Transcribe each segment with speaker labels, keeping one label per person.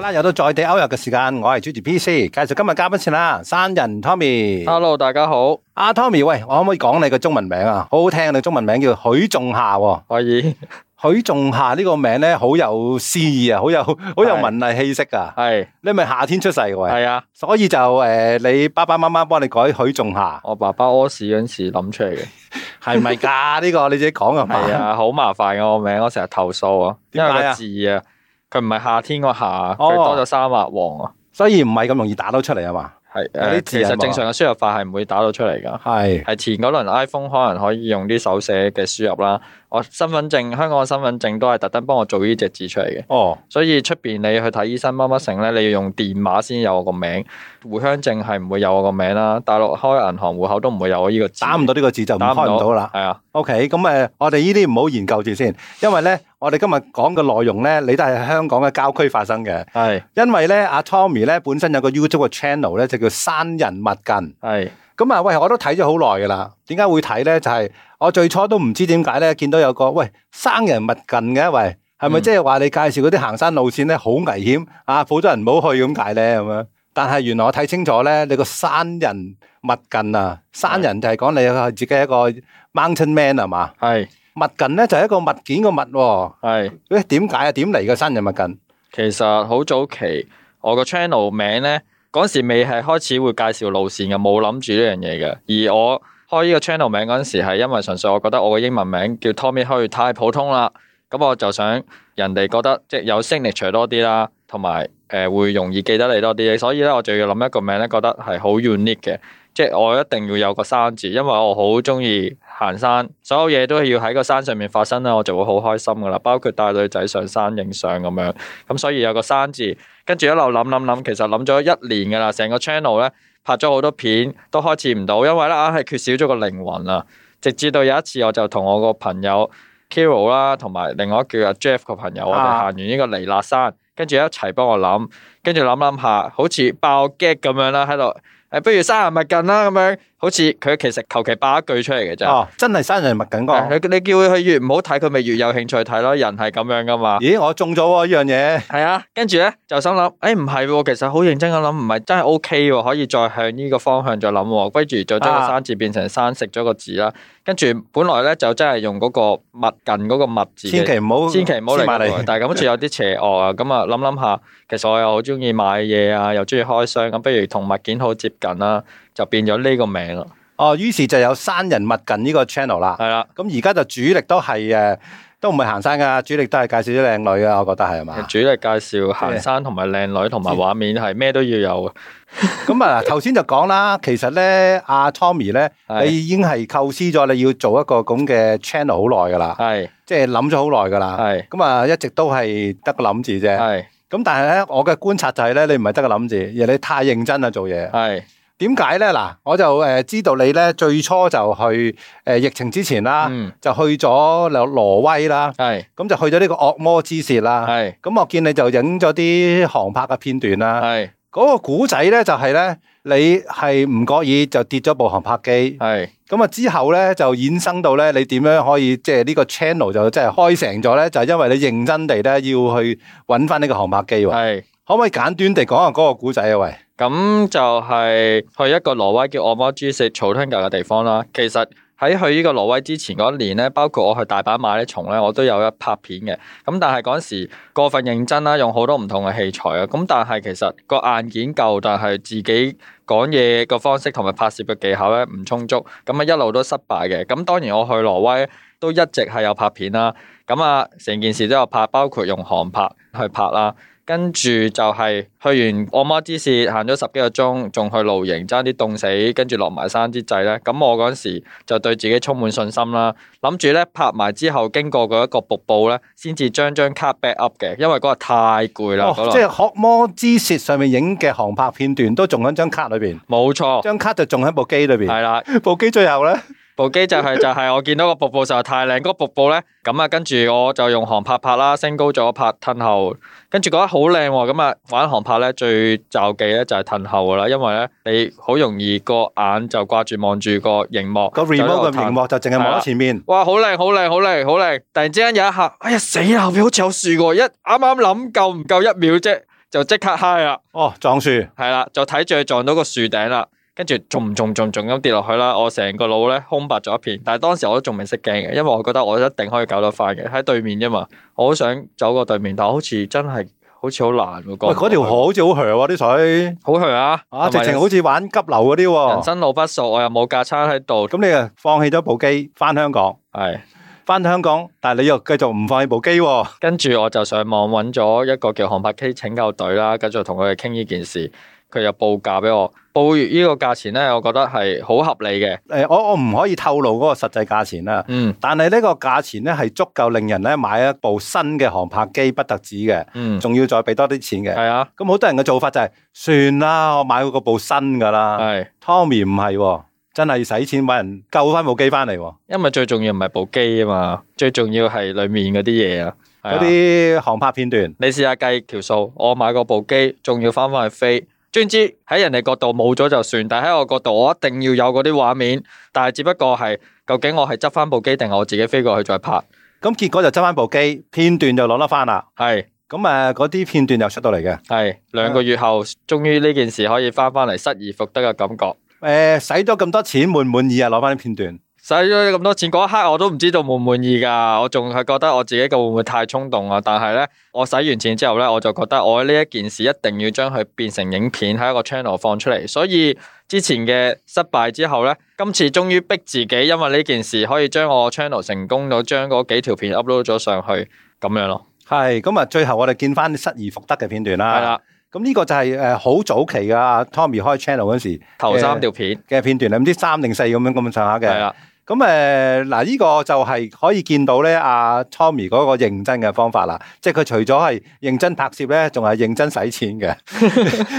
Speaker 1: 啦，又到在地歐遊嘅時間，我係主持 P C，介紹今日嘉賓先啦，山人 Tommy。
Speaker 2: Hello，大家好，
Speaker 1: 阿 Tommy，喂，我可唔可以講你個中文名啊？好好聽，你中文名叫許仲夏喎。
Speaker 2: 可以
Speaker 1: 許仲夏呢個名咧，好有詩意啊，好有 好有文藝氣息啊。
Speaker 2: 係
Speaker 1: 你係咪夏天出世嘅喂，
Speaker 2: 係啊，
Speaker 1: 所以就誒，你爸爸媽媽幫你改許仲夏，
Speaker 2: 我爸爸屙屎嗰陣時諗出 嚟嘅，
Speaker 1: 係咪㗎？ 呢個你自己講係
Speaker 2: 係
Speaker 1: 咪？
Speaker 2: 啊，好麻煩嘅我名，我成日投訴啊，因
Speaker 1: 點解啊
Speaker 2: 為
Speaker 1: 哦
Speaker 2: 個字啊，佢唔係夏天個夏，佢多咗三劃王啊，
Speaker 1: 所以唔係咁容易打到出嚟啊嘛。
Speaker 2: 係
Speaker 1: 有啲
Speaker 2: 誒，
Speaker 1: 字係
Speaker 2: 其實
Speaker 1: 嘛
Speaker 2: 正常嘅輸入法係唔會打到出嚟噶。
Speaker 1: 係
Speaker 2: 係前嗰輪 iPhone 可能可以用啲手寫嘅輸入啦，我身份證香港嘅身份證都係特登幫我做呢隻字出嚟嘅。
Speaker 1: 哦，
Speaker 2: 所以出邊你去睇醫生乜乜成咧，你要用電話先有我個名，回鄉證係唔會有我個名啦，大陸開銀行户口都唔會有我呢個字，
Speaker 1: 打唔到呢個字就唔
Speaker 2: 打唔到
Speaker 1: 開唔到啦。
Speaker 2: 係啊，
Speaker 1: OK，咁誒，我哋呢啲唔好研究住先，因為咧，我哋今日講嘅內容咧，你都係香港嘅郊區發生嘅。
Speaker 2: 係
Speaker 1: 因為咧，阿 Tommy 咧本身有個 YouTube 嘅 channel 咧，就叫山人勿近。
Speaker 2: 係
Speaker 1: 咁啊，喂，我都睇咗好耐㗎啦。點解會睇咧？就係、我最初都唔知點解咧，見到有個喂山人勿近嘅，喂，係咪
Speaker 2: 嗯
Speaker 1: 即係話你介紹嗰啲行山路線咧好危險啊？普通人唔好去咁解咧咁樣。但係原來我睇清楚咧，你個山人勿近啊，山人就係講你係自己一個 mountain man 係嘛？
Speaker 2: 係
Speaker 1: 物近咧就係一個物件個物喎，
Speaker 2: 係，
Speaker 1: 喂點解啊？點嚟嘅山人物近？
Speaker 2: 其實好早期我個 channel 名咧，嗰時未係開始會介紹路線嘅，冇諗住呢樣嘢嘅，而我開呢個 channel 名嗰陣時係因為純粹我覺得我個英文名叫 Tommy Hui 太普通啦，咁我就想人哋覺得即係有 signature 多啲啦，同埋誒會容易記得你多啲，所以咧我就要諗一個名咧，覺得係好 unique 嘅，即係我一定要有個山字，因為我好中意行山，所有嘢都要喺個山上面發生啦，我就會好開心噶啦，包括帶女仔上山影相咁樣，咁所以有個山字，跟住一路諗諗諗，其實諗咗一年噶啦，成個 channel 咧拍咗好多片都開始唔到，因為咧硬係缺少咗個靈魂啊，直至到有一次我就同我個朋友。Kiro 啦，同埋另外一個叫阿 Jeff 個朋友，我哋
Speaker 1: 啊
Speaker 2: 行完呢個尼勒山，跟住一齊幫我諗，跟住諗諗下，好似爆激咁樣啦，喺度誒，不如山人勿近啦咁樣，好似佢其實求其爆一句出嚟嘅咋。
Speaker 1: 哦，真係山人物近嗰個、
Speaker 2: 誒你你叫佢越唔好睇，佢咪越有興趣睇咯。人係咁樣噶嘛。
Speaker 1: 咦，我中咗喎呢樣嘢，
Speaker 2: 係啊，跟住咧就心諗，誒唔係喎，其實好認真咁諗，唔係真係 O K 喎，可以再向呢個方向再諗喎，跟住就將個
Speaker 1: 啊
Speaker 2: 山字變成山食咗個字啦。跟住本來咧就真係用嗰個物近嗰個物字嘅
Speaker 1: 千祈唔好，
Speaker 2: 千祈唔好嚟
Speaker 1: 黐埋
Speaker 2: 咁耐
Speaker 1: 嚟。
Speaker 2: 但係咁好似有啲邪惡啊，咁啊諗諗下，其實我又好中意買嘢啊，又中意開箱，咁不如同物件好接近啦，就變咗呢個名啦，
Speaker 1: 哦，於是就有山人物近呢個 channel 啦。
Speaker 2: 係啦，
Speaker 1: 咁而家就主力都係誒，都唔係行山噶，主力都係介紹啲靚女啊，我覺得係嘛。
Speaker 2: 主力介紹行山同埋靚女同埋畫面係咩都要有嘅，
Speaker 1: 咁啊，頭先就講啦，其實咧，阿 Tommy 咧，
Speaker 2: 係
Speaker 1: 你已經係構思咗你要做一個咁嘅 channel 好耐噶啦，
Speaker 2: 係
Speaker 1: 即係諗咗好耐噶啦。
Speaker 2: 係
Speaker 1: 咁啊，一直都係得個諗字啫。
Speaker 2: 係
Speaker 1: 咁但係咧，我嘅觀察就係咧，你唔係得個諗字，而你太認真啦做嘢。
Speaker 2: 係
Speaker 1: 點解咧？嗱，我就誒知道你咧最初就去誒、呃疫情之前啦，
Speaker 2: 嗯
Speaker 1: 就去咗羅挪威啦，
Speaker 2: 係
Speaker 1: 咁就去咗呢個惡魔之舌啦。
Speaker 2: 係
Speaker 1: 咁我見你就影咗啲航拍嘅片段啦。
Speaker 2: 係
Speaker 1: 嗰個古仔咧就係咧，你係唔覺意就跌咗部航拍機，
Speaker 2: 係
Speaker 1: 咁啊之後咧就衍生到咧你點樣可以即係呢個 channel 就即係開成咗咧，就係因為你認真地咧要去揾翻呢個航拍機喎。
Speaker 2: 係。
Speaker 1: 可唔可以簡短地講下嗰個古仔啊？喂，
Speaker 2: 咁就係去一個挪威叫惡魔之食草吞格嘅地方啦。其實喺去呢個挪威之前嗰一年咧，包括我去大阪馬呢松咧，我都有一拍片嘅。咁但係嗰陣時過分認真啦，用好多唔同嘅器材啊。咁但係其實個硬件夠，但係自己講嘢個方式同埋拍攝嘅技巧咧唔充足，咁啊一路都失敗嘅。咁當然我去挪威都一直係有拍片啦。咁啊，成件事都有拍，包括用航拍去拍啦。跟住就係去完惡魔之舌，行咗十幾個鐘，仲去露營，爭啲凍死，跟住落埋山之際咧。咁我嗰陣時就對自己充滿信心啦，諗住咧拍埋之後經過嗰一個瀑布咧，先至將張卡 back up 嘅，因為嗰日太攰啦，
Speaker 1: 哦
Speaker 2: 嗰
Speaker 1: 即係
Speaker 2: 度
Speaker 1: 惡魔之舌上面影嘅航拍片段都仲喺張卡裏邊。
Speaker 2: 冇錯，
Speaker 1: 張卡就仲喺部機裏邊，
Speaker 2: 哦係啦。
Speaker 1: 部機最後咧，
Speaker 2: 部機 就係、就係、我見到個瀑布實在太靚，嗰、個瀑布咧咁啊，跟住我就用航拍拍啦，升高咗拍褪後，跟住覺得好靚喎，咁啊玩航拍咧最就忌咧就係褪後噶啦，因為咧你好容易個眼就掛住望住個熒幕，
Speaker 1: 個
Speaker 2: 就一路
Speaker 1: remote 嘅
Speaker 2: 褪
Speaker 1: 屏幕就淨係望咗前面，
Speaker 2: 哇，好靚，好靚，好靚，好靚！突然之間有一刻，哎呀死啦，後邊好似有樹喎，一啱啱諗夠唔夠一秒啫，就即刻 high 啦，
Speaker 1: 哦，撞樹，
Speaker 2: 系啦，就睇住佢撞到個樹頂啦，跟住仲仲仲仲咁跌落去啦，我成個腦咧空白咗一片，但係當時我都仲未識驚嘅，因為我覺得我一定可以搞得翻嘅，喺對面啫嘛，我好想走過對面，但好似真係好似好難喎，過
Speaker 1: 喂，
Speaker 2: 唔
Speaker 1: 嗰條
Speaker 2: 到去
Speaker 1: 河好似好斜喎，啲水
Speaker 2: 好去啊，
Speaker 1: 啊，
Speaker 2: 同
Speaker 1: 直
Speaker 2: 埋
Speaker 1: 情好啊似玩急流嗰啲
Speaker 2: 人
Speaker 1: 喎。
Speaker 2: 生路不熟，我又冇架撐喺度，
Speaker 1: 咁你啊放棄咗部機翻香港，
Speaker 2: 係。
Speaker 1: 翻香港，但係你又繼續唔放棄部機喎。
Speaker 2: 跟住我就上網揾咗一個叫航拍機拯救隊啦，跟住同佢哋傾呢件事，佢又報價俾我，報呢個價錢咧，我覺得係好合理嘅。
Speaker 1: 誒，我我唔可以透露嗰個實際價錢啦。
Speaker 2: 嗯
Speaker 1: 但係呢個價錢咧係足夠令人咧買一部新嘅航拍機不特止嘅，
Speaker 2: 嗯，
Speaker 1: 仲要再俾多啲錢嘅。
Speaker 2: 係啊，
Speaker 1: 咁好多人嘅做法就係、算啦，我買嗰部新㗎啦。
Speaker 2: 係，
Speaker 1: Tommy 唔係喎，真係使錢揾人救翻部機翻嚟喎。
Speaker 2: 因為最重要唔係部機啊嘛，最重要係裡面嗰啲嘢啊。係啊
Speaker 1: 嗰啲航拍片段，
Speaker 2: 你試下計條數，我買個部機，仲要翻返去飛。總之喺人哋角度冇咗就算，但喺我角度，我一定要有嗰啲畫面。但係只不過係究竟我係執翻部機定係我自己飛過去再拍？
Speaker 1: 咁結果就執翻部機，片段就攞得翻啦。
Speaker 2: 係。
Speaker 1: 咁誒嗰啲片段又出到嚟嘅，誒、
Speaker 2: 系兩個月後，終於呢件事可以翻翻嚟失而復得嘅感覺。
Speaker 1: 使咗咁多錢滿唔滿意啊？攞翻啲片段，
Speaker 2: 使咗咁多錢嗰一刻，我都唔知道滿唔滿意㗎。我仲係覺得我自己嘅會唔會太衝動啊？但係呢，我使完錢之後呢，我就覺得我呢一件事一定要將佢變成影片喺一個 channel 放出嚟。所以之前嘅失敗之後呢，今次終於逼自己，因為呢件事可以將我 channel 成功到將嗰幾條片 upload 咗上去，咁樣咯。
Speaker 1: 係咁啊！最後我哋見翻失而復得嘅片段
Speaker 2: 係
Speaker 1: 啦。
Speaker 2: 啦，
Speaker 1: 咁呢個就係誒好早期噶 Tommy 開 channel 嗰時
Speaker 2: 頭三條片
Speaker 1: 嘅片段啦，唔知三定四咁樣咁上下
Speaker 2: 係
Speaker 1: 嘅。
Speaker 2: 啦，
Speaker 1: 咁誒嗱，呢個就係可以見到咧，阿 Tommy 嗰個認真嘅方法啦。即係佢除咗係認真拍攝咧，仲係認真使錢 嘅。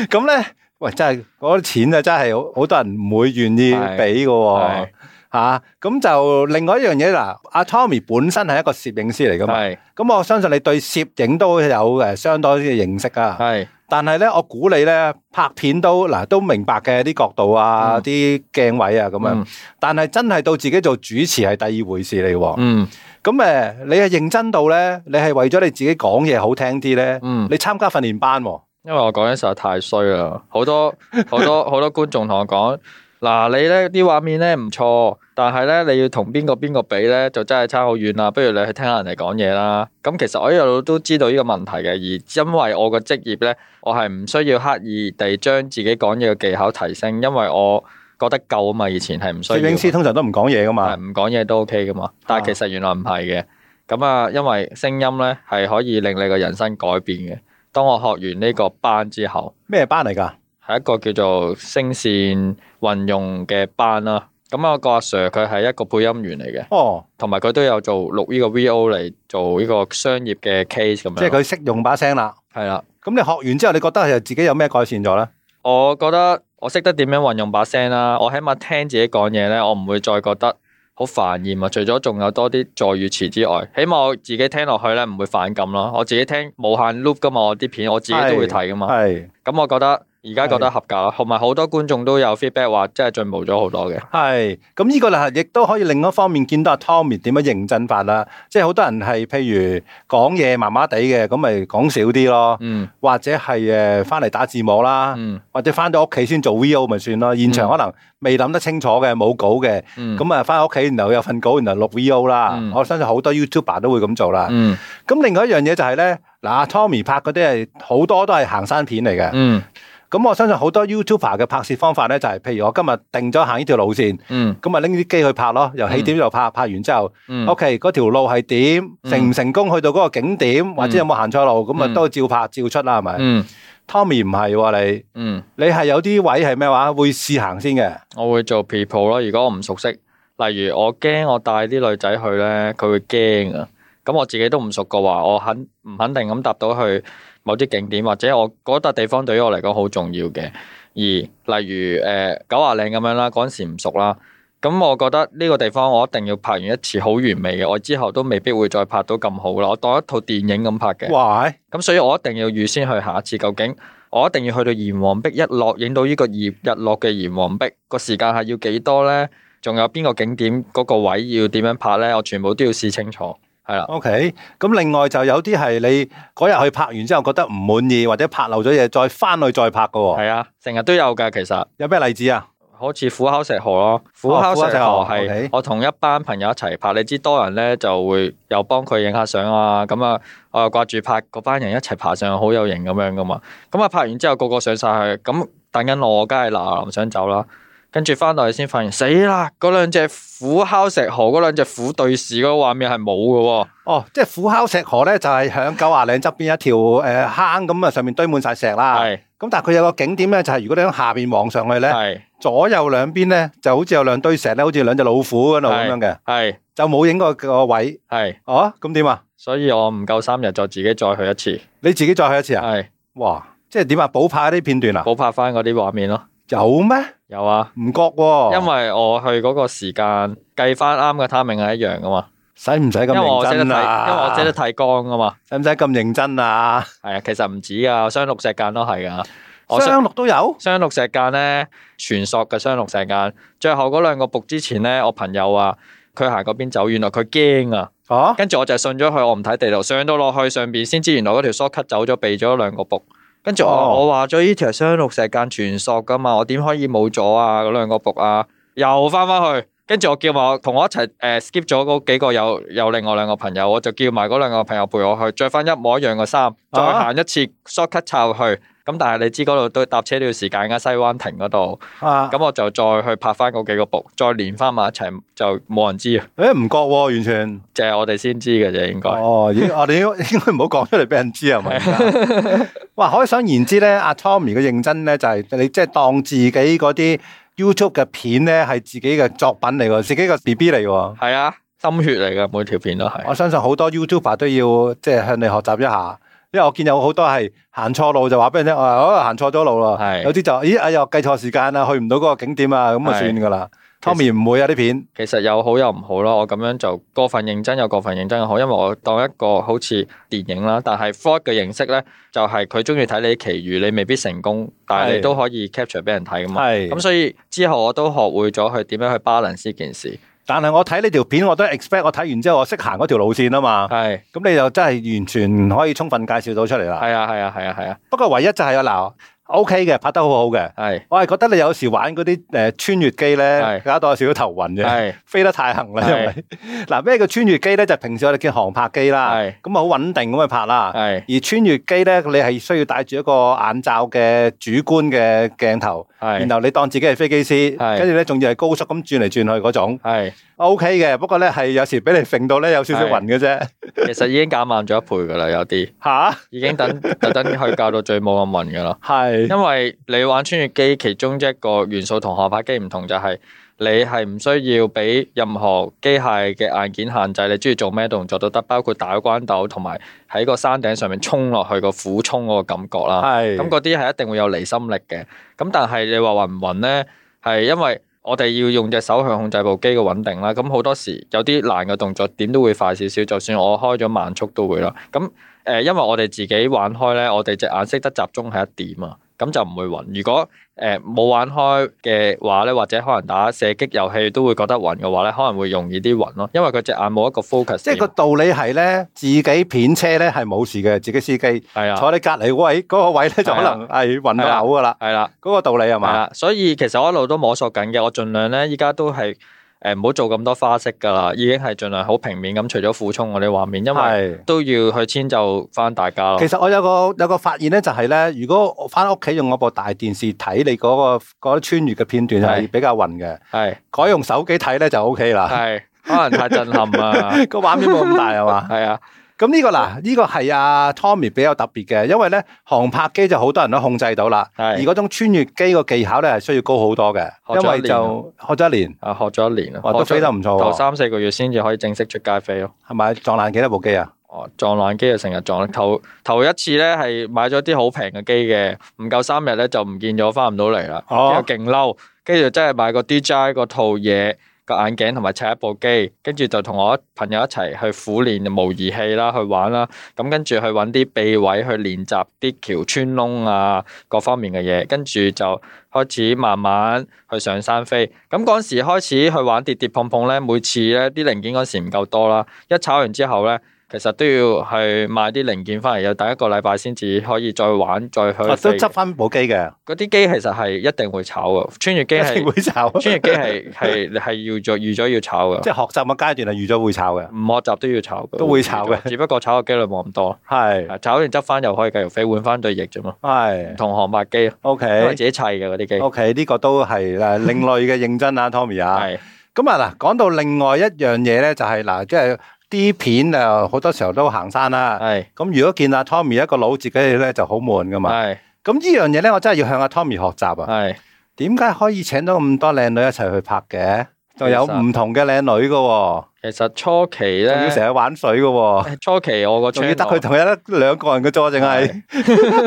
Speaker 1: 咁咧，喂，真係嗰啲錢啊，真係好好多人唔會願意
Speaker 2: 係
Speaker 1: 俾嘅喎
Speaker 2: 係。
Speaker 1: 嚇，咁、就另外一樣嘢嗱，阿 Tommy 本身係一個攝影師嚟噶嘛，
Speaker 2: 係
Speaker 1: 咁我啊相信你對攝影都有誒相當嘅認識啊。
Speaker 2: 係
Speaker 1: 但係咧，我估你咧拍片都嗱都明白嘅啲角度啊、
Speaker 2: 嗯
Speaker 1: 啲鏡位啊咁樣。
Speaker 2: 嗯
Speaker 1: 但係真係到自己做主持係第二回事嚟喎。
Speaker 2: 嗯
Speaker 1: 咁誒、你係認真到咧，你係為咗你自己講嘢好聽啲咧，
Speaker 2: 嗯。
Speaker 1: 你參加訓練班喎、
Speaker 2: 因為我講得實在太衰啦，好多 好多好多觀眾同我講，嗱你咧啲畫面咧唔錯，但係咧你要同邊個邊個比咧，就真係差好遠啦。不如你去聽下人哋講嘢啦。咁其實我一路都知道呢個問題嘅，而因為我個職業咧，我係唔需要刻意地將自己講嘢嘅技巧提升，因為我覺得夠啊嘛。以前係唔需要
Speaker 1: 攝
Speaker 2: 嘛。
Speaker 1: 影師通常都唔講嘢噶嘛
Speaker 2: 係。唔講嘢都 OK 噶嘛。但
Speaker 1: 啊
Speaker 2: 係其實原來唔係嘅。咁啊，因為聲音咧係可以令你個人生改變嘅。當我學完呢個班之後，
Speaker 1: 咩班嚟㗎？
Speaker 2: 係一個叫做聲線運用嘅班啦。咁啊，個阿 Sir 佢係一個配音員嚟嘅，
Speaker 1: 哦，
Speaker 2: 同埋佢都有做錄呢個 VO 嚟做呢個商業嘅 case 咁樣。
Speaker 1: 即係佢識用把聲啦。
Speaker 2: 係啦，
Speaker 1: 咁你學完之後，你覺得係自己有咩改善咗咧？
Speaker 2: 我覺得我識得點樣運用把聲啦。我起碼聽自己講嘢咧，我唔會再覺得好煩厭啊。除咗仲有多啲助語詞之外，起碼我自己聽落去咧唔會反感咯。我自己聽無限 loop 噶嘛，我啲片我自己都會睇噶嘛。
Speaker 1: 係
Speaker 2: 咁啊我覺得而家覺得合格啦，同埋好多觀眾都有 feedback 話，真係進步咗好多嘅。
Speaker 1: 係，咁呢個啦，亦都可以另一方面見到阿 Tommy 點樣認真法啦。即係好多人係譬如講嘢麻麻地嘅，咁咪講少啲咯，
Speaker 2: 嗯
Speaker 1: 或者係誒翻嚟打字幕啦，
Speaker 2: 嗯
Speaker 1: 或者翻到屋企先做 VO 咪算咯。現場可能未諗得清楚嘅，冇稿嘅，
Speaker 2: 嗯
Speaker 1: 咁啊翻屋企然後有份稿，然後錄 VO 啦。
Speaker 2: 嗯
Speaker 1: 我相信好多 YouTuber 都會咁做啦。
Speaker 2: 嗯
Speaker 1: 咁另外一樣嘢就係咧，嗱阿 Tommy 拍嗰啲係好多都係行山片嚟嘅。
Speaker 2: 嗯
Speaker 1: 咁我相信好多 YouTuber 嘅拍攝方法咧，就係、譬如我今日定咗行呢條路線，
Speaker 2: 嗯
Speaker 1: 咁啊拎啲機去拍咯，由起點就拍，拍完之後、
Speaker 2: 嗯
Speaker 1: o k 嗰條路係點，
Speaker 2: 嗯
Speaker 1: 成唔成功去到嗰個景點，或者有冇行錯路，咁啊
Speaker 2: 嗯
Speaker 1: 都照拍照出啦，係咪、
Speaker 2: 嗯
Speaker 1: t o m m y 唔係喎，你
Speaker 2: 嗯，
Speaker 1: 你係有啲位係咩話，會試行先嘅，
Speaker 2: 我會做 people 咯。如果我唔熟悉，例如我驚我帶啲女仔去咧，佢會驚啊。咁我自己都唔熟嘅話，我肯唔肯定咁搭到去某啲景點，或者我嗰笪地方對於我嚟講好重要嘅。而例如誒、呃九華嶺咁樣啦，嗰陣時唔熟啦。咁我覺得呢個地方我一定要拍完一次好完美嘅，我之後都未必會再拍到咁好啦。我當一套電影咁拍嘅。
Speaker 1: 哇，
Speaker 2: 咁所以我一定要預先去下一次，究竟我一定要去到炎黃壁一落，影到呢個葉日落嘅炎黃壁，個時間係要幾多呢？仲有邊個景點嗰個位要點樣拍呢？我全部都要試清楚。係啦，
Speaker 1: OK，咁另外就有啲係你嗰日去拍完之後覺得唔滿意，或者拍漏咗嘢，再翻去再拍嘅喎。
Speaker 2: 係啊，成日都有㗎，其實。
Speaker 1: 有咩例子啊？
Speaker 2: 好似虎口石河咯，哦虎口石河
Speaker 1: 虎口石河
Speaker 2: 係
Speaker 1: OK
Speaker 2: 我同一班朋友一齊拍，你知多人咧就會又幫佢影下相啊，咁啊我又掛住拍嗰班人一齊爬上去，好有型咁樣噶嘛，咁啊拍完之後個個上晒去，咁等緊我，我梗係嗱嗱臨想走啦，跟住翻到去先發現死啦，嗰兩隻虎口石河嗰兩隻虎對視嗰個畫面係冇嘅喎，
Speaker 1: 哦，即係虎口石河咧，就係響九華嶺側邊一條诶坑咁啊，上面堆滿晒石啦。
Speaker 2: 係
Speaker 1: 咁但係佢有個景點咧，就係如果你喺下边望上去咧，
Speaker 2: 係
Speaker 1: 左右兩邊咧就好似有兩堆石咧，好似兩隻老虎嗰度咁樣嘅，
Speaker 2: 係
Speaker 1: 就冇影過個位。
Speaker 2: 係，
Speaker 1: 哦，咁點啊？
Speaker 2: 所以我唔夠三日就自己再去一次，
Speaker 1: 你自己再去一次啊？
Speaker 2: 係
Speaker 1: 哇！即係點啊？補拍嗰啲片段啊？
Speaker 2: 補拍翻嗰啲畫面咯，
Speaker 1: 有咩？
Speaker 2: 有啊。
Speaker 1: 唔覺喎。
Speaker 2: 因為我去嗰個時間計翻啱嘅 timing 係一樣噶嘛，
Speaker 1: 使唔使咁
Speaker 2: 因為我
Speaker 1: 認
Speaker 2: 識得
Speaker 1: 真
Speaker 2: 睇，
Speaker 1: 啊？
Speaker 2: 因為我識得睇光噶嘛，
Speaker 1: 使唔使咁認真啊？
Speaker 2: 係啊，其實唔止噶，雙綠石間都係噶，我雙
Speaker 1: 雙綠都有，
Speaker 2: 雙綠石間咧全索嘅雙綠石間，最後嗰兩個仆之前咧，我朋友啊，佢行嗰邊走，原來佢驚啊，
Speaker 1: 哦，
Speaker 2: 跟住我就信咗佢，我唔睇地圖，上到落去上邊先知原來嗰條 short cut 走咗，避咗兩個仆。跟住我、
Speaker 1: 哦
Speaker 2: 我話咗呢條係雙綠石間全索噶嘛，我點可以冇咗啊？嗰兩個仆啊，又翻翻去。跟住我叫埋我同我一齊誒、呃 skip 咗嗰幾個有有另外兩個朋友，我就叫埋嗰兩個朋友陪我去，着翻一模一樣嘅衫，再
Speaker 1: 啊
Speaker 2: 行一次 short cut 插入去。咁但係你知嗰度都搭車都要時間㗎，西灣亭嗰度。
Speaker 1: 啊，
Speaker 2: 咁我就再去拍翻嗰幾個仆，再連翻埋一齊，就冇人知啊，
Speaker 1: 誒唔覺喎，完全。
Speaker 2: 就係我哋先知嘅啫，應該。
Speaker 1: 哦， 咦我哋應應該唔好講出嚟俾人知係咪？哇，可想而知咧，阿 Tommy 嘅認真咧就係你即係當自己嗰啲 YouTube 嘅片咧係自己嘅作品嚟喎，自己嘅 BB 嚟喎。
Speaker 2: 系啊，心血嚟噶，每條片都係。
Speaker 1: 我相信好多 YouTuber 都要即係向你學習一下，因為我見有好多係行錯路就話俾人聽，啊我行錯咗路啦
Speaker 2: 係。
Speaker 1: 有啲就咦哎呀計錯時間啦，去唔到嗰個景點啊，咁啊
Speaker 2: 係
Speaker 1: 算㗎啦。
Speaker 2: 其實
Speaker 1: Tommy 唔會啊啲片。
Speaker 2: 其實有好有唔好咯，我咁樣就過分認真有過分認真嘅好，因為我當一個好似電影啦，但係 vlog 嘅形式咧，就係佢中意睇你其餘，你未必成功，但係你
Speaker 1: 係
Speaker 2: 都可以 capture 俾人睇噶嘛。
Speaker 1: 係
Speaker 2: 咁所以之後我都學會咗去點樣去 balance 呢件事。
Speaker 1: 但係我睇呢條片，我都 expect 我睇完之後我識行嗰條路線啊嘛。
Speaker 2: 係
Speaker 1: 咁你就真係完全可以充分介紹到出嚟啦。
Speaker 2: 係啊係啊係啊係啊
Speaker 1: 不過唯一就係嗱，OK 嘅，拍得好好嘅。
Speaker 2: 係啊
Speaker 1: 我係覺得你有時玩嗰啲诶穿越機咧
Speaker 2: 係，
Speaker 1: 搞到有少少頭暈嘅，
Speaker 2: 係
Speaker 1: 飛得太行啦。因
Speaker 2: 係
Speaker 1: 為 嗱咩叫穿越機咧？就係平時我哋叫航拍機啦，
Speaker 2: 係
Speaker 1: 咁啊好穩定咁去拍啦。
Speaker 2: 係
Speaker 1: 而穿越機咧，你係需要戴住一個眼罩嘅主觀嘅鏡頭，然
Speaker 2: 係
Speaker 1: 後你當自己係飛機師，
Speaker 2: 係
Speaker 1: 跟住咧仲要係高速咁轉嚟轉去嗰種。
Speaker 2: 係，
Speaker 1: OK 嘅，不過咧係有時俾你揈到咧有少少暈嘅啫。
Speaker 2: 其實已經減慢咗一倍噶啦，有啲
Speaker 1: 吓，
Speaker 2: 已 經等特登去教到最冇咁暈噶啦。
Speaker 1: 係
Speaker 2: 因為你玩穿越機，其中一個元素同航拍機唔同就係、你係唔需要俾任何機械嘅硬件限制，你中意做咩動作都得，包括打關鬥同埋喺個山頂上面衝落去個俯衝嗰個感覺啦。
Speaker 1: 係
Speaker 2: 咁嗰啲係一定會有離心力嘅。咁但係你話暈唔暈咧，係因為我哋要用隻手去控制部機嘅穩定啦。咁好多時有啲難嘅動作點都會快少少，就算我開咗慢速都會啦。咁誒、呃因為我哋自己玩開咧，我哋隻眼識得集中喺一點啊。咁就唔會暈。如果誒冇、玩開嘅話咧，或者可能打射擊遊戲都會覺得暈嘅話咧，可能會容易啲暈咯，因為佢隻眼冇一個 focus
Speaker 1: 即係
Speaker 2: 點。
Speaker 1: 個道理係咧，自己片車咧係冇事嘅，自己司機
Speaker 2: 係啊，
Speaker 1: 坐你隔離嗰位嗰、個位咧就可能係暈到嘔噶啦，
Speaker 2: 係啦。
Speaker 1: 嗰、個道理係
Speaker 2: 係
Speaker 1: 嘛？
Speaker 2: 啦，所以其實我一路都摸索緊嘅，我盡量咧依家都係呃誒唔好做咁多花式㗎啦，已經係盡量好平面咁，除咗俯衝我哋畫面，因為
Speaker 1: 係。
Speaker 2: 都要去遷就翻大家咯
Speaker 1: 其。實我有個有個發現咧，就係咧，如果我翻屋企用我部大電視睇你嗰、個嗰啲穿越嘅片段係
Speaker 2: 係
Speaker 1: 比較暈嘅，
Speaker 2: 係
Speaker 1: 改用手機睇咧就 O K 啦，
Speaker 2: 係，可能太震撼啊！
Speaker 1: 個畫面冇咁大係 嘛？
Speaker 2: 係啊，
Speaker 1: 咁呢、個嗱，呢、個係阿 Tommy 比較特別嘅，因為咧航拍機就好多人都控制到啦，而
Speaker 2: 係
Speaker 1: 嗰種穿越機個技巧咧係需要高好多嘅，
Speaker 2: 學咗一
Speaker 1: 因為
Speaker 2: 年
Speaker 1: 就學咗一年，
Speaker 2: 啊學咗一年啦，
Speaker 1: 哇都
Speaker 2: 學咗
Speaker 1: 飛得唔錯
Speaker 2: 頭
Speaker 1: 喎，
Speaker 2: 三四個月先至可以正式出街飛咯。
Speaker 1: 係咪撞爛幾多部機啊？
Speaker 2: 哦，撞爛機就成日撞，頭頭一次咧係買咗啲好平嘅機嘅，唔夠三日咧就唔見咗，翻唔到嚟啦，
Speaker 1: 哦
Speaker 2: 跟住勁嬲，跟住真係買個 DJI 嗰套嘢，個眼鏡同埋砌一部機，跟住就同我朋友一齊去苦練模擬器啦，去玩啦。咁跟住去揾啲臂位去練習啲橋穿窿啊，各方面嘅嘢，跟住就開始慢慢去上山飛。咁嗰陣時開始去玩跌跌碰碰咧，每次咧啲零件嗰時唔夠多啦，一炒完之後咧。其實都要去買啲零件翻嚟，要等一個禮拜先至可以再玩，再去
Speaker 1: 啊都
Speaker 2: 飛
Speaker 1: 執翻部機嘅，
Speaker 2: 嗰啲機其實係一定會炒嘅，穿越機
Speaker 1: 一定
Speaker 2: 係
Speaker 1: 會炒。
Speaker 2: 穿越機係係係要咗預咗要炒嘅，
Speaker 1: 即係學習嘅階段係預咗會炒嘅，
Speaker 2: 唔學習都要炒嘅，
Speaker 1: 都會炒嘅
Speaker 2: 只不過炒嘅機率冇咁多，
Speaker 1: 係
Speaker 2: 啊炒完執翻又可以繼續飛，換翻對翼啫嘛，唔
Speaker 1: 係
Speaker 2: 同航拍機，因為
Speaker 1: OK
Speaker 2: 自己砌嘅嗰啲機，
Speaker 1: OK 呢個都係誒另類嘅認 真啊，Tommy 啊。
Speaker 2: 係
Speaker 1: 咁啊嗱，講到另外一樣嘢咧，就係、嗱，即係啲片啊，好多時候都行山啦。
Speaker 2: 係
Speaker 1: 咁如果見阿 Tommy 一個佬自己咧，就好悶噶嘛。
Speaker 2: 係
Speaker 1: 咁啊呢樣嘢咧，我真係要向阿 Tommy 學習啊。
Speaker 2: 係
Speaker 1: 點解可以請到咁多靚女一齊去拍嘅？仲有
Speaker 2: 其實
Speaker 1: 唔同嘅靚女噶、喎，
Speaker 2: 其實初期
Speaker 1: 仲要
Speaker 2: 咧，
Speaker 1: 成日玩水噶、喎，
Speaker 2: 初期我個
Speaker 1: 仲要得
Speaker 2: channel
Speaker 1: 佢同有得兩個人嘅啫，淨係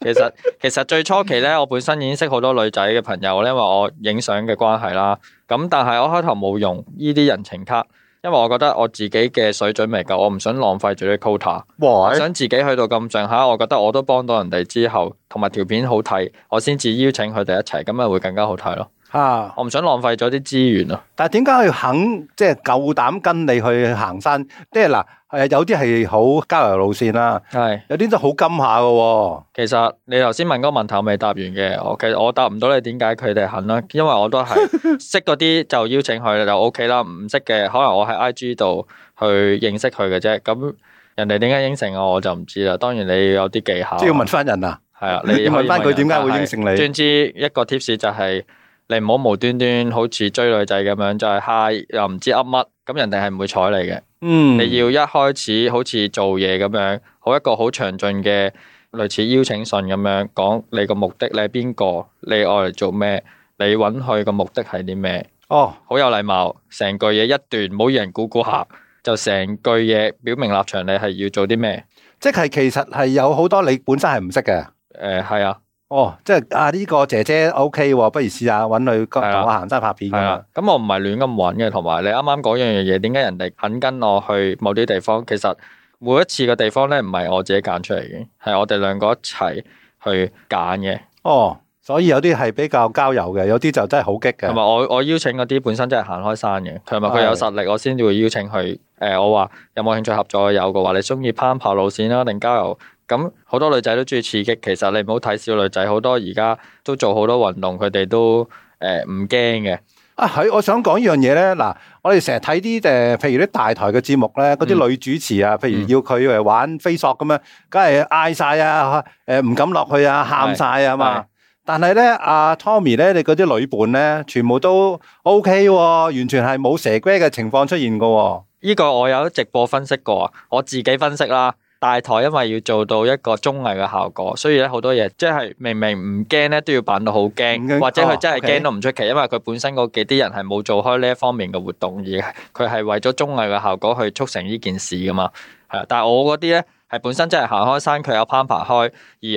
Speaker 2: 其實 其實最初期咧，我本身已經識好多女仔嘅朋友咧，因為我影相嘅關係啦。咁但係我開頭冇用呢啲人情卡，因為我覺得我自己嘅水準未夠，我唔想浪費咗啲 quota，我
Speaker 1: 哇！
Speaker 2: 想自己去到咁上下，我覺得我都幫到人哋之後，同埋條片好睇，我先至邀請佢哋一齊，咁咪會更加好睇咯。
Speaker 1: 啊！
Speaker 2: 我唔想浪費咗啲資源啊。
Speaker 1: 但係點解佢肯即係夠膽跟你去行山？即係嗱，誒有啲係好郊遊路線啦，
Speaker 2: 係，
Speaker 1: 有啲都好金下嘅、喎。
Speaker 2: 其實你頭先問嗰個問題我未答完嘅，我其實我答唔到你點解佢哋肯啦，因為 我都係識嗰啲就邀請佢就 O K 啦，唔識嘅可能我喺 I G 度去認識佢嘅啫。咁人哋點解應承我我就唔知啦。當然你要有啲技巧啊，
Speaker 1: 即係要問翻人啊，
Speaker 2: 係啊，你可以
Speaker 1: 要問翻佢
Speaker 2: 人
Speaker 1: 點解會應承你
Speaker 2: 但係總之一個 tips 就係你唔好無端端好似追女仔咁樣，就係、嗨又唔知噏乜，咁人哋係唔會睬你嘅。
Speaker 1: 嗯，
Speaker 2: 你要一開始好似做嘢咁樣，好一個好詳盡嘅類似邀請信咁樣，講你個目的，你係邊個，你愛嚟做咩，你揾佢個目的係啲咩，
Speaker 1: 哦，
Speaker 2: 好有禮貌，成句嘢一段，唔好要人估估下，就成句嘢表明立場，你係要做啲咩？
Speaker 1: 即係其實係有好多你本身係唔識嘅，
Speaker 2: 誒、係啊，
Speaker 1: 哦，即係啊呢個姐姐 O K 喎，不如試下揾佢同
Speaker 2: 係啊
Speaker 1: 我行山拍片咁
Speaker 2: 係
Speaker 1: 樣
Speaker 2: 啊，咁我唔係亂咁揾嘅，同埋你啱啱講樣嘢，點解人哋肯跟我去某啲地方？其實每一次嘅地方咧，唔係我自己揀出嚟嘅，係我哋兩個一齊去揀嘅。
Speaker 1: 哦，所以有啲係比較交友嘅，有啲就真係好激
Speaker 2: 同
Speaker 1: 嘅，
Speaker 2: 埋我我邀請嗰啲本身真係行開山嘅，同埋佢有實力，我先至會邀請佢。誒、我話有冇興趣合作？有嘅話，你中意攀爬路線啦，定郊遊？咁好多女仔都中意刺激，其實你唔好睇小女仔，好多而家都做好多運動，佢哋都誒唔驚嘅。
Speaker 1: 啊係，我想講一樣嘢咧，嗱，我哋成日睇啲誒，譬如啲大台嘅節目咧，嗰
Speaker 2: 嗯
Speaker 1: 啲女主持啊，譬如要佢誒玩飛索咁樣，梗係嗌晒啊，誒唔敢落去啊，喊晒啊嘛
Speaker 2: 係。
Speaker 1: 但係咧，阿 Tommy 咧，你嗰啲女伴咧，全部都 O K 喎，完全係冇蛇龜嘅情況出現嘅喎。
Speaker 2: 呢個我有直播分析過，我自己分析啦。大台因為要做到一個綜藝嘅效果，所以咧好多嘢即係明明唔驚咧，都要扮到好
Speaker 1: 唔驚
Speaker 2: 驚，或者佢真係
Speaker 1: 哦，OK
Speaker 2: 驚都唔出奇，因為佢本身嗰幾啲人係冇做開呢一方面嘅活動，而係佢係為咗綜藝嘅效果去促成呢件事噶嘛。係啊，但係我嗰啲咧係本身真係行開山，佢有攀爬開，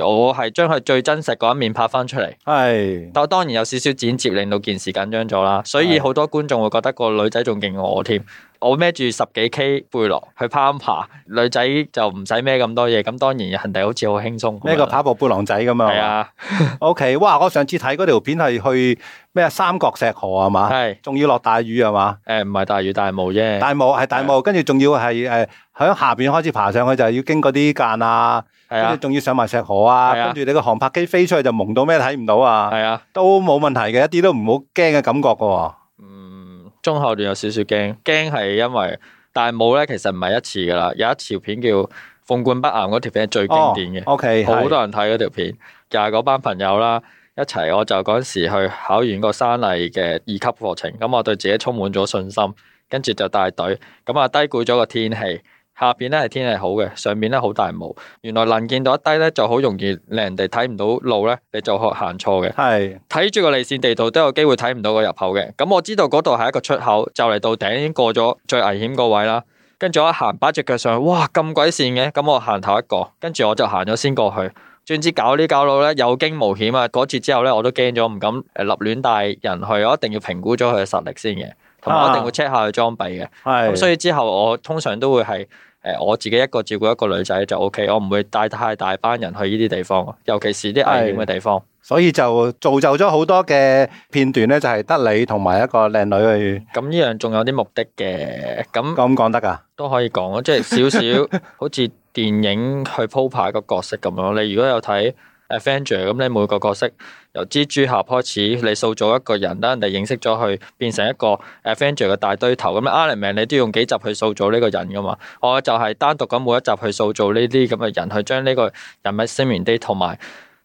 Speaker 2: 而我係將佢最真實嗰一面拍翻出嚟。
Speaker 1: 係，
Speaker 2: 但我當然有少少剪接，令到件事緊張咗啦。所以
Speaker 1: 係
Speaker 2: 好多觀眾會覺得個女仔仲勁過我添。我孭住十幾 K 背囊去攀爬，女仔就唔使孭咁多嘢。咁當然人哋好似好輕鬆咁樣。
Speaker 1: 咩個跑步背囊仔咁
Speaker 2: 係
Speaker 1: 啊
Speaker 2: 啊，
Speaker 1: ？O K，哇！我上次睇嗰條片係去咩三角石河啊啊嘛，
Speaker 2: 係
Speaker 1: 仲要落大雨啊嘛。
Speaker 2: 誒，唔係大雨大霧啫。
Speaker 1: 大霧係大
Speaker 2: 啊
Speaker 1: 霧，跟住仲要係誒喺下邊開始爬上去，就係要經過啲澗啊，
Speaker 2: 係
Speaker 1: 跟住
Speaker 2: 啊，
Speaker 1: 仲要上埋石河啊，
Speaker 2: 係啊
Speaker 1: 跟住你個航拍機飛出去就蒙到咩睇唔到啊，
Speaker 2: 係啊。
Speaker 1: 都冇問題嘅，一啲都唔好驚嘅感覺嘅喎。
Speaker 2: 嗯，中後段有少少驚，驚係因為大霧咧，其實唔係一次噶啦，有一條片叫《鳳冠北岩》嗰條片係最經典嘅。
Speaker 1: O K，
Speaker 2: 好多人睇嗰條片，又係嗰班朋友啦，一齊我就嗰陣時去考完個山藝嘅二級課程，咁我對自己充滿咗信心，跟住就帶隊，咁啊低估咗個天氣，下邊咧係天氣好嘅，上面咧好大霧，原來能見到一低咧就好容易令人哋睇唔到路咧，你就學行錯嘅，
Speaker 1: 係
Speaker 2: 睇住個離線地圖都有機會睇唔到個入口嘅，咁我知道嗰度係一個出口，就嚟到頂已經過咗最危險個位啦。跟住我一行，擺只腳上去，哇咁鬼跣嘅，咁我行頭一個，跟住我就行咗先過去。總之搞呢搞路咧，有驚無呃險啊！嗰次之後咧，我都驚咗，唔敢誒立亂帶人去，我一定要評估咗佢嘅實力先嘅。同埋我一定
Speaker 3: 啊
Speaker 2: 會 check 下佢裝備嘅。咁
Speaker 3: 係，
Speaker 2: 所以之後我通常都會係誒、呃我自己一個照顧一個女仔就 O、k 我唔會帶太大班人去呢啲地方，尤其是啲危險嘅地方。
Speaker 1: 所以就造就咗好多嘅片段咧，就係得你同埋一個靚女去
Speaker 2: 咁呢樣仲有啲目的嘅，咁
Speaker 1: 咁講得㗎。
Speaker 2: 都可以講咯，即係少少好似電影去鋪排個角色咁樣咯。你如果有睇 Avenger 咁，你每個角色由蜘蛛俠開始，你塑造一個人，等人哋認識咗佢，變成一個 Avenger 嘅大堆頭咁。Iron Man 你都要用幾集去塑造呢個人噶嘛？我就係單獨咁每一集去塑造呢啲咁嘅人，去將呢個人物鮮明啲，同埋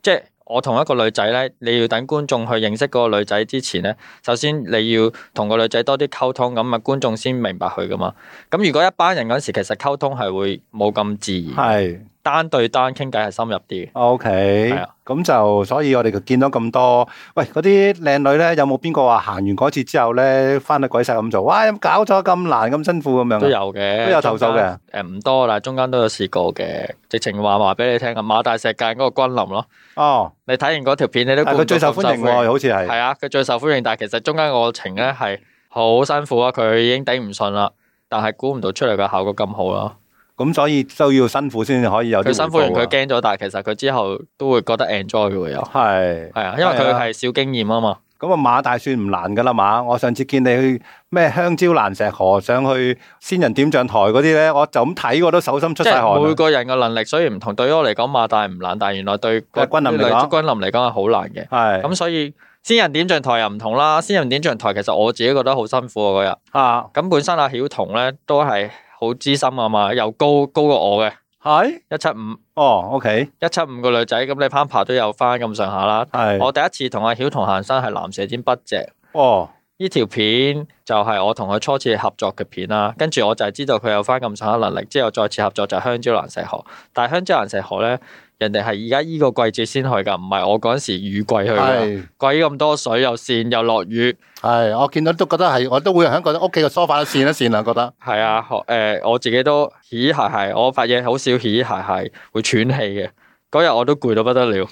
Speaker 2: 即係我同一個女仔咧，你要等觀眾去認識嗰個女仔之前咧，首先你要同個女仔多啲溝通，咁啊觀眾先明白佢噶嘛。咁如果一班人嗰時，其實溝通係會冇咁自然，
Speaker 1: 係
Speaker 2: 單對單傾偈係深入啲嘅。
Speaker 1: ，OK
Speaker 2: 係啊。
Speaker 1: 咁就所以我哋就見到咁多，喂嗰啲靚女咧，有冇邊個話行完嗰次之後咧，翻去鬼晒咁做？哇！搞咗咁難咁辛苦咁樣啊。
Speaker 2: 都有嘅，
Speaker 1: 都有投訴嘅
Speaker 2: 誒唔多啦，中間都有試過嘅，直情話話俾你聽啊，馬大石界嗰個君臨咯，
Speaker 1: 哦，
Speaker 2: 你睇完嗰條片你都
Speaker 1: 但係佢最受歡迎喎，好似係。
Speaker 2: 係啊，佢最受歡迎，但係其實中間個過程咧係好辛苦啊，佢已經頂唔順啦，但係估唔到出嚟嘅效果咁好咯。
Speaker 1: 咁所以都要辛苦先可以有啲
Speaker 2: 佢辛苦
Speaker 1: 回
Speaker 2: 完
Speaker 1: 報
Speaker 2: 佢
Speaker 1: 啊
Speaker 2: 驚咗，但係其實佢之後都會覺得 enjoy 嘅會有，
Speaker 1: 係
Speaker 2: 係啊，因為
Speaker 1: 係
Speaker 2: 佢
Speaker 1: 啊
Speaker 2: 係少經驗啊嘛，
Speaker 1: 咁啊，馬大算唔難噶啦嘛。我上次見你去咩香蕉蘭石河上去仙人點象台嗰啲咧，我就咁睇我都手心出
Speaker 2: 即
Speaker 1: 晒汗啊。
Speaker 2: 係每個人嘅能力雖然唔同，對於我嚟講馬大唔難，但係原來對
Speaker 1: 對君臨嚟講
Speaker 2: 君臨嚟講係好難嘅。
Speaker 1: 係
Speaker 2: 咁所以仙人點像台又唔同啦。仙人點像台其實我自己覺得好辛苦啊嗰日。
Speaker 1: 啊，
Speaker 2: 咁本身阿曉彤咧都係好資深啊嘛，又高高過我嘅
Speaker 1: 係
Speaker 2: 一七五
Speaker 1: 哦，OK，
Speaker 2: 一七五個女仔，咁你攀爬都有翻咁上下啦。
Speaker 1: 係
Speaker 2: 我第一次同阿曉彤行山係藍蛇尖北脊。
Speaker 1: 哦，
Speaker 2: 呢條片就係我同佢初次合作嘅片啦，跟住我就係知道佢有翻咁上下能力，之後再次合作就係香蕉蘭石河。但係香蕉蘭石河咧，人哋係而家依個季節先去㗎，唔係我嗰陣時雨季去㗎。
Speaker 4: 係
Speaker 2: 鬼咁多水又跣又落雨，
Speaker 4: 係，我見到都覺得係，我都會喺個屋企個 sofa 扇一扇啦，覺得
Speaker 2: 係啊，學誒、我自己都起鞋鞋，我發現好少起鞋鞋會喘氣嘅。嗰日我都攰到不得了，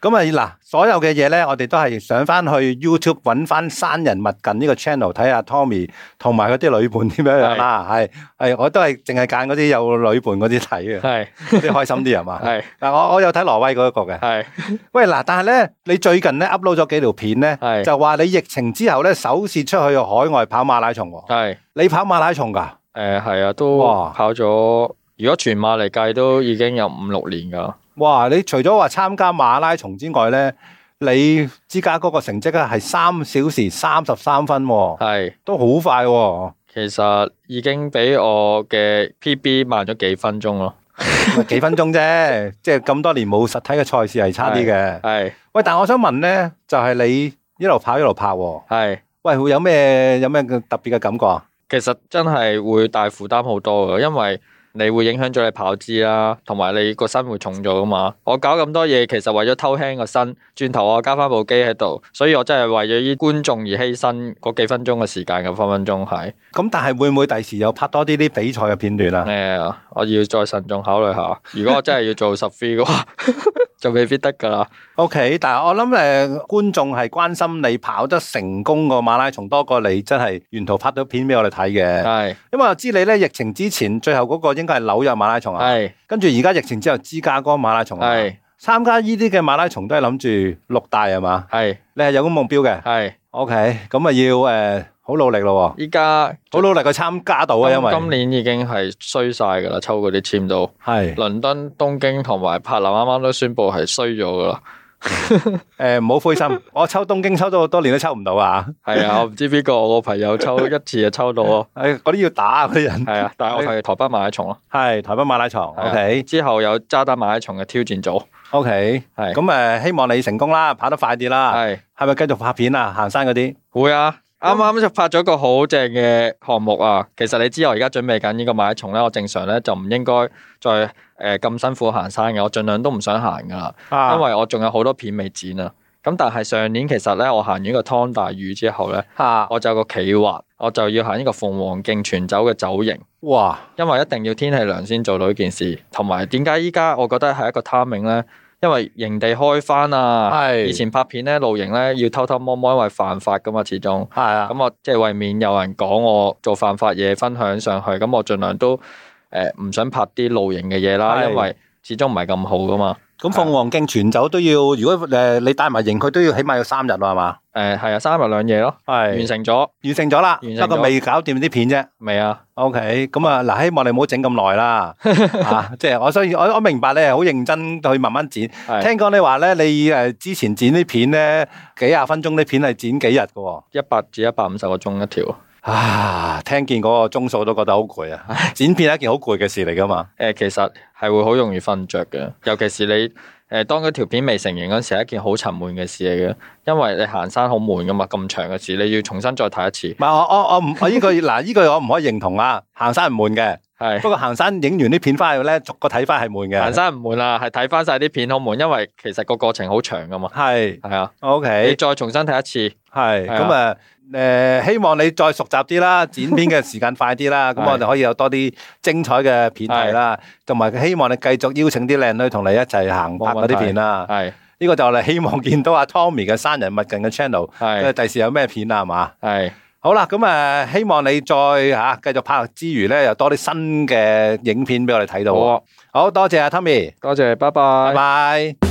Speaker 1: 咁啊嗱，所有嘅嘢咧，我哋都係上翻去 YouTube 揾翻山人物近呢個 channel 睇下 Tommy 同埋嗰啲女伴點樣樣啦，係係我都係淨係揀嗰啲有女伴嗰啲 睇嘅，
Speaker 2: 係
Speaker 1: 嗰啲開心啲係嘛？
Speaker 2: 係
Speaker 1: 嗱，我我有睇挪威嗰一個嘅，
Speaker 2: 係
Speaker 1: 喂嗱，但係咧你最近咧 upload 咗幾條片咧，
Speaker 2: 係
Speaker 1: 就話你疫情之後咧首次出去海外跑馬拉松喎，
Speaker 2: 係
Speaker 1: 你跑馬拉松㗎？
Speaker 2: 誒係啊，都
Speaker 1: 哇
Speaker 2: 跑咗。如果全馬嚟計，都已經有五六年㗎。
Speaker 1: 哇！你除咗話參加馬拉松之外咧，你芝加哥個成績咧係三小時三十三分、喎，
Speaker 2: 係，
Speaker 1: 都好快、喎，
Speaker 2: 其實已經比我嘅 PB 慢咗幾分鐘咯。
Speaker 1: 咪幾分鐘啫， 即係咁多年冇實體嘅賽事係差啲嘅。
Speaker 2: 係
Speaker 1: 喂，但我想問咧，就係、你一路跑一路拍、喎，
Speaker 2: 係，
Speaker 1: 喂，會有咩有咩嘅特別嘅感覺啊？
Speaker 2: 其實真係會大負擔好多㗎，因為你會影響咗你跑姿啦，同埋你個身會重咗噶嘛。我搞咁多嘢，其實為咗偷輕個身，轉頭我加翻部機喺度，所以我真係為咗啲觀眾而犧牲嗰幾分鐘嘅時間嘅，分分鐘係。
Speaker 1: 咁但係會唔會第時又拍多啲啲比賽嘅片段啊？
Speaker 2: 誒、我要再慎重考慮下。如果我真係要做十 free 嘅話， 就未必得㗎啦。
Speaker 1: O.K.，但係我諗誒、呃，觀眾係關心你跑得成功個馬拉松多過你真係沿途拍到片俾我哋睇嘅。
Speaker 2: 係
Speaker 1: 因為我知你咧，疫情之前最後嗰個應該係紐約馬拉松啊，
Speaker 2: 係
Speaker 1: 跟住而家疫情之後芝加哥馬拉松啊，
Speaker 2: 係
Speaker 1: 參加呢啲嘅馬拉松都係諗住六大係嘛？
Speaker 2: 係
Speaker 1: 你係有咁目標嘅
Speaker 2: 係，
Speaker 1: ，OK，咁啊要诶好、努力咯喎，
Speaker 2: 依家
Speaker 1: 好努力去參加到啊，因為
Speaker 2: 今年已經係衰晒㗎啦，抽嗰啲簽到。
Speaker 1: 係
Speaker 2: 倫敦、東京同埋柏林啱啱都宣布係衰咗噶啦，
Speaker 1: 诶呃唔好 灰心，我抽東京抽咗好多年都抽唔到啊，
Speaker 2: 係啊，我唔知邊個我個朋友抽一次就抽到 咯，
Speaker 1: 诶嗰啲要打啊嗰啲人，
Speaker 2: 係啊，但係我去台北馬拉松咯，
Speaker 1: 係台北馬拉松
Speaker 2: 係啊
Speaker 1: ，OK
Speaker 2: 之後有渣打馬拉松嘅挑戰組，
Speaker 1: OK，
Speaker 2: 係
Speaker 1: 咁诶希望你成功啦，跑得快啲啦，
Speaker 2: 係
Speaker 1: 係咪繼續拍片啊，行山嗰啲？
Speaker 2: 會啊。啱啱就拍咗個好正嘅項目啊！其實你知我而家準備緊呢個馬拉松咧，我正常咧就唔應該再誒咁、辛苦行山嘅，我盡量都唔想行噶啦。
Speaker 1: 啊
Speaker 2: 因為我仲有好多片未剪啊。咁但係上年其實咧，我行完個湯大雨之後咧，
Speaker 1: 啊
Speaker 2: 我就有個企劃，我就要行呢個鳳凰徑全走嘅走型，
Speaker 1: 哇！
Speaker 2: 因為一定要天氣涼先做到呢件事。同埋點解依家我覺得係一個 timing 咧？因為營地開翻啊，
Speaker 1: 係
Speaker 2: 以前拍片咧露營咧要偷偷摸摸，因為犯法噶嘛，始終。
Speaker 1: 系啊，
Speaker 2: 咁我即係為免有人講我做犯法嘢分享上去，咁我盡量都誒唔想拍啲露營嘅嘢啦，
Speaker 1: 係
Speaker 2: 因為始終唔係咁好噶嘛。
Speaker 1: 咁鳳凰徑全走都要，如果诶你帶埋營，佢都要起碼要三日啦，係嘛？
Speaker 2: 誒係啊，三日兩夜咯，完
Speaker 1: 係
Speaker 2: 成咗
Speaker 1: 完成咗啦，
Speaker 2: 完成
Speaker 1: 不
Speaker 2: 咗
Speaker 1: 過未搞掂啲片啫。
Speaker 2: 未啊？
Speaker 1: O K，咁啊，嗱，希望你唔好整咁耐啦，啊，即係我所以我我明白你係好認真去慢慢剪。
Speaker 2: 係
Speaker 1: 聽講你話咧，你诶之前剪啲片咧，幾廿分鐘啲片係剪幾日嘅喎。
Speaker 2: 一百至一百五十個鐘一條。誒、
Speaker 1: 啊，聽見嗰個鐘數都覺得好攰啊！剪片係一件好攰嘅事嚟噶嘛，
Speaker 2: 呃其實係會好容易瞓着嘅，尤其是你誒、當嗰條片未成型嗰陣時，係一件好沉悶嘅事嚟嘅，因為你行山好悶噶嘛，咁長嘅事，你要重新再睇一次
Speaker 1: 唔。係我我我唔我依個 嗱依個我唔可以認同啊，行山唔悶嘅，
Speaker 2: 係
Speaker 1: 不過行山影完啲片翻去咧，逐個睇翻係悶嘅。
Speaker 2: 行山唔悶啦，係睇翻晒啲片好悶，因為其實個過程好長噶嘛。
Speaker 1: 係
Speaker 2: 係啊，你
Speaker 1: OK
Speaker 2: 再重新睇一次。
Speaker 1: 係
Speaker 2: 係啊
Speaker 1: 咁啊誒，希望你再熟習啲 啦，剪片嘅時間快啲啦，咁
Speaker 2: 係
Speaker 1: 我哋可以有多啲精彩嘅片睇啦，同埋希望你繼續邀請啲靚女同你一齊行拍嗰啲片啦。
Speaker 2: 系
Speaker 1: 呢個就我哋希望見到阿 Tommy 嘅山人物近嘅 channel，
Speaker 2: 系
Speaker 1: 第時有咩片啊係嘛？
Speaker 2: 系
Speaker 1: 好啦，咁啊，希望你再吓繼續拍之餘咧，又多啲新嘅影片俾我哋睇到
Speaker 2: 好
Speaker 1: 喎。
Speaker 2: 啊，
Speaker 1: 好多謝阿 Tommy，
Speaker 2: 多謝，拜
Speaker 1: 拜
Speaker 2: 拜。
Speaker 1: 拜。